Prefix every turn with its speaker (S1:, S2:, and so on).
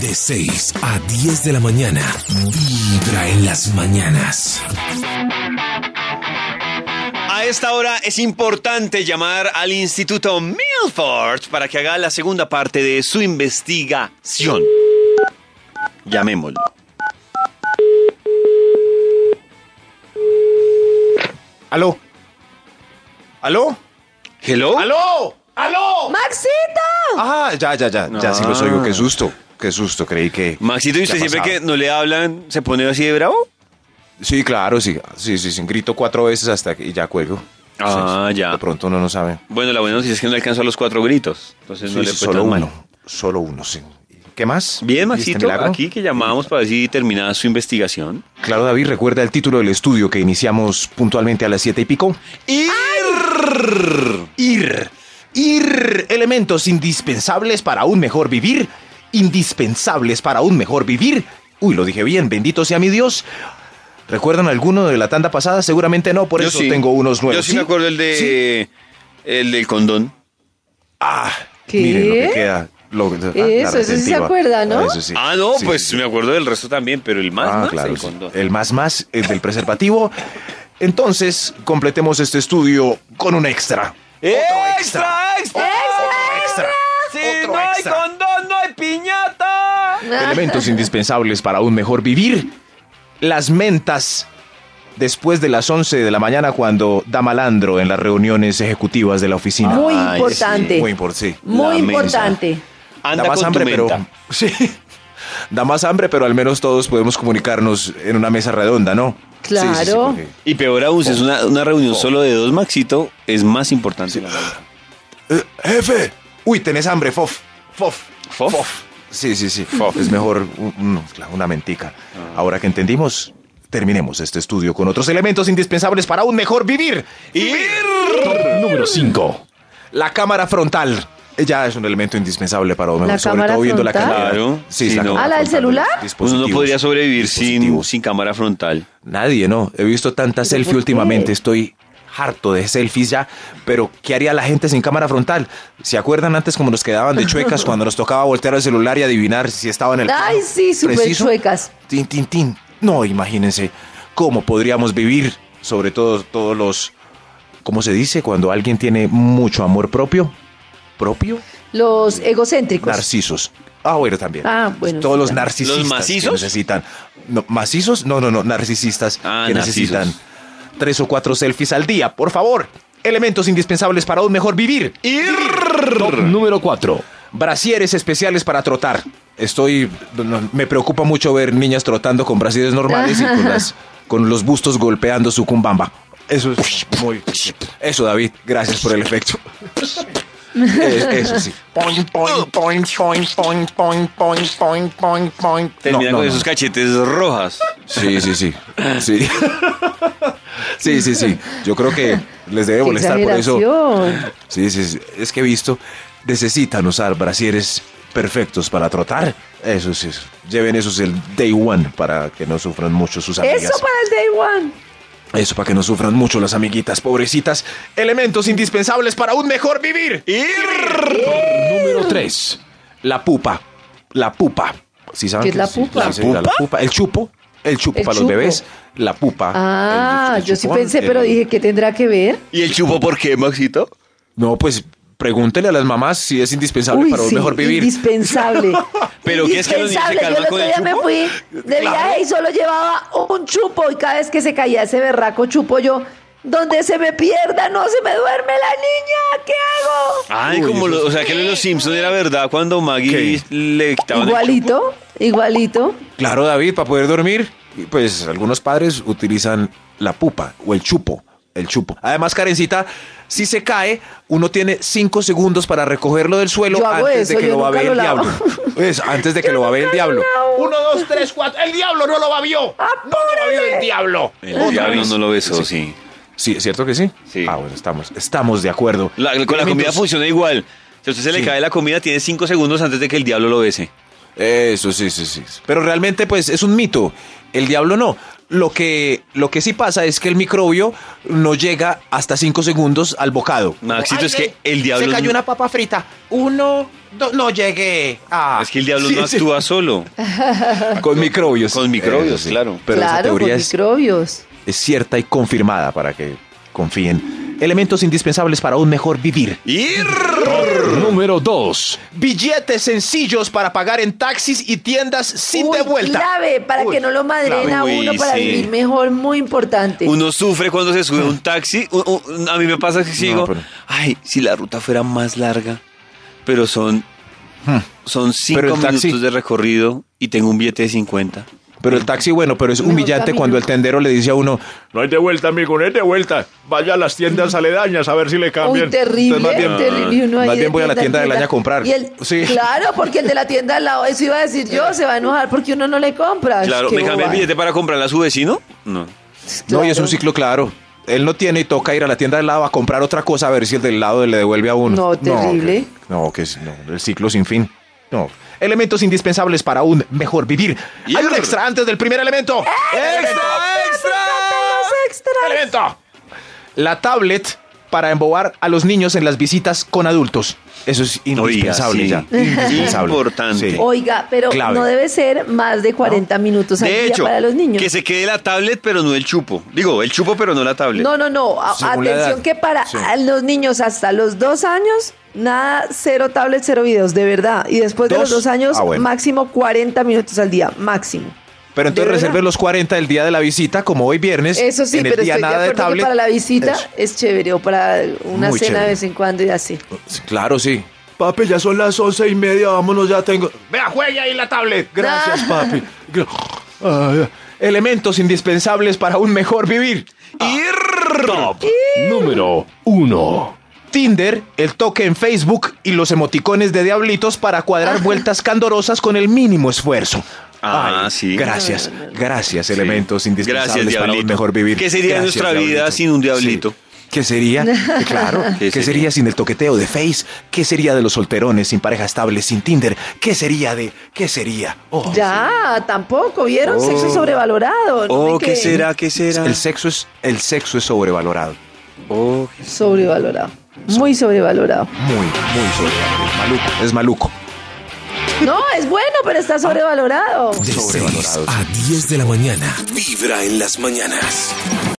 S1: De 6 a 10 de la mañana, vibra en las mañanas.
S2: A esta hora es importante llamar al Instituto Milford para que haga la segunda parte de su investigación. Llamémoslo.
S3: Aló. Aló.
S2: ¿Hello?
S3: Aló. Aló.
S4: ¡Maxito!
S3: Ah, ya, ya, ya. Ya sí los oigo. Qué susto. Qué susto. Creí que.
S2: Ah. Maxito, ¿y usted
S3: ya
S2: siempre
S3: pasaba.
S2: que no le hablan se pone así de bravo?
S3: Sí, claro, sí. Sí, sí, sí. Grito cuatro veces hasta que y ya cuelgo.
S2: Ah, ya.
S3: De pronto uno no sabe.
S2: Bueno, la buena noticia es que no alcanzó a los cuatro gritos. Entonces no
S3: Sí,
S2: le
S3: sí,
S2: fue
S3: solo
S2: tan mal.
S3: uno. Solo uno, sí. ¿Qué más?
S2: Bien,
S3: ¿Y este
S2: Maxito,
S3: milagro?
S2: aquí que llamamos para decir terminada su investigación.
S3: Claro, David, recuerda el título del estudio que iniciamos puntualmente a las siete y pico.
S2: Y
S3: IR. IR. Elementos indispensables para un mejor vivir. Indispensables para un mejor vivir. Uy, lo dije bien, bendito sea mi Dios. ¿Recuerdan alguno de la tanda pasada? Seguramente no, por
S2: Yo
S3: eso
S2: sí.
S3: tengo unos nuevos.
S2: Yo sí, me acuerdo el de el del condón.
S3: Ah,
S4: ¿Qué?
S3: miren lo que queda. lo- ah, la
S4: Eso, eso sí se
S3: retentiva.
S4: acuerda, ¿no?
S3: Eso sí.
S2: Ah, no,
S3: Sí,
S2: pues
S3: sí.
S2: me acuerdo del resto también, pero el más,
S3: Ah,
S2: más
S3: claro,
S2: el
S3: sí.
S2: condón.
S3: El más más, el del preservativo. Entonces, completemos este estudio con un extra. Otro
S2: ¡Extra, extra!
S3: Otro extra.
S2: Si
S3: Otro
S2: no hay
S3: extra.
S2: condón, no hay piñata.
S3: Elementos indispensables para un mejor vivir. Las mentas. Después de las 11 de la mañana cuando da malandro en las reuniones ejecutivas de la oficina.
S4: Muy
S2: Ay,
S4: Ah, importante.
S2: sí,
S3: Muy por sí.
S4: Muy
S2: La mesa.
S4: importante.
S2: Anda
S3: da más
S2: con
S3: hambre,
S2: tu
S3: pero...
S2: menta.
S3: Sí. Da más hambre, pero al menos todos podemos comunicarnos en una mesa redonda, ¿no? Sí, sí, sí,
S4: Claro.
S3: porque-
S2: Y peor aún, si
S3: Oh.
S2: es una, una reunión solo de dos, Maxito, es más importante. la verdad.
S3: Eh, jefe. Uy, tenés hambre, fof. Fof.
S2: ¿Fof?
S3: Sí, sí, sí. Es mejor un- un- claro, una mentica.
S2: Ah.
S3: Ahora que entendimos, terminemos este estudio con otros elementos indispensables para un mejor vivir. Y
S1: Número 5.
S3: la cámara frontal. Ella es un elemento indispensable para un mejor,
S4: ¿La
S3: sobre
S4: cámara
S3: todo viendo la
S4: frontal?
S3: calidad.
S2: Claro.
S3: Sí,
S2: Sí,
S3: la
S2: no.
S3: cámara
S4: ¿Ah, la del
S3: frontal de los
S4: celular?
S2: Pues Uno no
S3: dispositivos.
S2: podría sobrevivir sin,
S3: Dispositivos.
S2: sin cámara frontal.
S3: Nadie, no. He visto tantas
S4: ¿Pero
S3: selfies
S4: por qué?
S3: últimamente. Estoy harto de selfies ya. Pero, ¿qué haría la gente sin cámara frontal? ¿Se acuerdan antes como nos quedaban de chuecas cuando nos tocaba voltear el celular y adivinar si estaban en el.
S4: Ay,
S3: plano
S4: sí, súper
S3: preciso?
S4: chuecas.
S3: Tin, tin, tin. No, imagínense cómo podríamos vivir, sobre todo todos los. ¿Cómo se dice? Cuando alguien tiene mucho amor propio. ¿Propio?
S4: Los egocéntricos.
S3: Narcisos. Ah, bueno, también.
S4: Ah, bueno,
S3: Todos
S4: sí,
S3: los
S4: también.
S3: narcisistas.
S2: ¿Los
S3: que
S2: macizos?
S3: necesitan. No, ¿Macizos? No, no, no. Narcisistas
S2: Ah,
S3: que
S2: narcisos.
S3: necesitan tres o cuatro selfies al día, por favor. Elementos indispensables para un mejor vivir. Y
S1: Top número 4.
S3: brasieres especiales para trotar. Estoy. no, me preocupa mucho ver niñas trotando con brasieres normales y con, las- con los bustos golpeando su cumbamba. Eso es muy. Eso, David. Gracias por el efecto. Es- eso sí.
S5: Boing, boing, boing, boing, boing, boing, boing, boing, boing, boing.
S2: Termina
S3: no,
S2: con
S3: no,
S2: esos
S3: no.
S2: cachetes rojas.
S3: Sí, sí, sí. Sí. Sí, sí, sí. Yo creo que les debe
S4: Qué
S3: molestar por eso.
S4: exageración.
S3: Sí, sí, sí. Es que he visto, necesitan usar brasieres perfectos para trotar. Eso sí. Lleven esos el day one para que no sufran mucho sus amigas.
S4: Eso para el day one.
S3: Eso para que no sufran mucho las amiguitas pobrecitas. Elementos indispensables para un mejor vivir.
S1: Número 3.
S3: La pupa. La pupa. ¿Sí saben
S4: ¿Qué es la
S3: sí,
S4: pupa?
S3: sí, sí, la pupa? El chupo. El chupo
S4: El
S3: para
S4: chupo.
S3: los bebés. La pupa.
S4: Ah,
S3: el- el
S4: yo sí
S3: chupón,
S4: pensé, pero
S3: el-
S4: dije, ¿qué tendrá que ver?
S2: ¿Y el chupo por qué, Maxito?
S3: No, pues pregúntele a las mamás si es indispensable
S4: Uy,
S3: para un
S4: sí,
S3: mejor vivir.
S4: indispensable.
S2: Pero ¿qué es que los niños se
S4: Indispensable. Yo
S2: calman
S4: el
S2: con
S4: otro
S2: el
S4: día me
S2: chupo?
S4: fui de viaje y solo llevaba un chupo y cada vez que se caía ese berraco chupo yo, donde se me pierda, no se me duerme la niña, ¿qué hago?
S2: Ay, como lo- o sea, que lo de los Simpsons era verdad cuando Maggie le quitaban el
S4: Igualito, igualito.
S3: Claro, David, para poder dormir, y, pues algunos padres utilizan la pupa o el chupo. El chupo. Además, Karencita, si se cae, uno tiene cinco segundos para recogerlo del suelo
S4: Yo hago
S3: antes de
S4: eso,
S3: que
S4: yo
S3: lo va a ver
S4: nunca
S3: el
S4: lo
S3: diablo.
S4: lavo.
S3: Es, antes de que lo va a ver el diablo.
S5: Uno, dos, tres, cuatro. El diablo no lo babió. No lo babió el diablo.
S3: Ah,
S2: El diablo no lo besó, sí.
S3: Sí, ¿cierto que sí?
S2: Sí.
S3: Ah, bueno, estamos, estamos de acuerdo.
S2: La- con la
S3: Elementos-
S2: comida funciona igual. Si a usted se le
S3: Sí.
S2: cae la comida, tiene cinco segundos antes de que el diablo lo bese.
S3: Eso sí, sí, sí. Pero realmente, pues, es un mito. El diablo no. Lo que, lo que sí pasa es que el microbio no llega hasta 5 segundos al bocado.
S2: Maxito,
S5: Ay,
S2: es que
S5: ve,
S2: el diablo.
S5: Se cayó
S2: no-
S5: una papa frita. Uno, dos, no llegué. Ah.
S2: Es que el diablo
S3: Sí,
S2: no
S3: sí.
S2: actúa solo.
S3: Con microbios.
S2: Con microbios,
S3: Eso
S2: claro.
S3: Pero esa
S4: claro,
S3: teoría
S4: con
S5: pues,
S3: es,
S4: microbios.
S3: es cierta y confirmada para que confíen. Elementos indispensables para un mejor vivir.
S2: ¡Ir!
S1: Número 2.
S3: Billetes sencillos para pagar en taxis y tiendas sin
S4: Uy,
S3: devuelta.
S4: Clave, para que no lo madren a
S2: clave.
S4: uno
S2: Uy,
S4: para
S2: sí.
S4: vivir mejor, muy importante.
S2: Uno sufre cuando se sube a un taxi. U- u- A mí me pasa que sigo.
S3: pero-
S2: Ay, si la ruta fuera más larga, pero son. Son cinco
S3: Hmm. Pero el
S2: minutos
S3: taxi-
S2: de recorrido y tengo un billete de 50.
S3: Pero el taxi, bueno, pero es
S4: No,
S3: humillante
S4: camino.
S3: cuando el tendero le dice a uno,
S6: No hay de vuelta, amigo, no hay de vuelta. Vaya a las tiendas aledañas a ver si le cambian.
S4: Uy, terrible,
S6: Entonces, más bien-
S4: terrible. Y uno
S3: más
S4: ahí
S3: bien voy a la tienda
S4: en
S3: del año a comprar.
S4: Y el-
S3: Sí.
S4: Claro, porque el de la tienda al lado, eso iba a decir yo, se va a enojar porque uno no le compra.
S2: Claro,
S4: Qué
S2: ¿me cambia el
S4: bobada.
S2: billete para comprarla a su vecino? No.
S3: no, y es
S4: Claro.
S3: un ciclo claro. Él no tiene y toca ir a la tienda del lado a comprar otra cosa a ver si el del lado le devuelve a uno.
S4: No, terrible.
S3: que- No, que, es- no, el ciclo sin fin. No. Elementos indispensables para un mejor vivir.
S2: Y
S3: Hay un
S2: el-
S3: extra antes del primer elemento.
S4: Los extras.
S3: ¡Elemento! La tablet para embobar a los niños en las visitas con adultos. Eso es indispensable
S2: Oiga, sí.
S3: ya. Indispensable.
S2: Importante.
S3: Sí.
S4: Oiga, pero
S3: Clave.
S4: no debe ser más de 40 minutos al
S2: De
S4: día
S2: hecho,
S4: para los niños.
S2: que se quede la tablet, pero no el chupo. Digo, el chupo, pero no la tablet.
S4: No, no, no. a-
S3: Según la edad.
S4: atención que para
S3: Sí.
S4: a los niños hasta los dos años, nada, cero tablet, cero videos, de verdad. Y después de
S3: ¿Dos?
S4: los dos años,
S3: Ah, bueno.
S4: máximo 40 minutos al día, máximo.
S3: Pero entonces
S4: ¿De
S3: reserve
S4: verdad?
S3: los 40 el día de la visita, como hoy viernes.
S4: Eso sí,
S3: Pues, en el
S4: pero
S3: día
S4: estoy
S3: nada
S4: de
S3: de
S4: acuerdo que
S3: tablet.
S4: para la visita
S3: Eso.
S4: es chévere o para una
S3: Muy
S4: cena
S3: chévere.
S4: de vez en cuando y así.
S3: Claro, sí.
S6: Papi, ya son las once y media, vámonos, ya tengo. Vea, juegue ahí la tablet. Gracias, papi.
S3: Ah, elementos indispensables para un mejor vivir. Ah.
S1: Top. Número 1.
S3: Tinder, el toque en Facebook y los emoticones de diablitos para cuadrar vueltas candorosas con el mínimo esfuerzo.
S2: Ah, sí.
S3: Gracias, gracias,
S2: Sí.
S3: elementos indispensables
S2: Gracias,
S3: para un
S2: diablito.
S3: mejor vivir.
S2: ¿Qué sería
S3: Gracias,
S2: nuestra vida sin un diablito?
S3: Sí. ¿Qué sería? Claro.
S2: ¿Qué
S3: ¿Qué,
S2: sería?
S3: sería? sin el toqueteo de Face? ¿Qué sería de los solterones sin pareja estable, sin Tinder? ¿Qué sería de...? ¿Qué sería? Oh,
S4: Ya, tampoco, ¿vieron? Sexo
S2: Oh.
S4: sobrevalorado. ¿no?
S2: Oh,
S4: ¿De
S2: ¿qué será? ¿Qué será?
S3: El sexo es, el sexo es sobrevalorado.
S2: Oh,
S4: Sobrevalorado. Muy sobrevalorado.
S3: Muy, muy sobrevalorado. Es maluco. Es maluco.
S4: No, es bueno, pero está sobrevalorado.
S1: De 6
S3: Sobrevalorados.
S1: a 10 de la mañana. Vibra en las mañanas.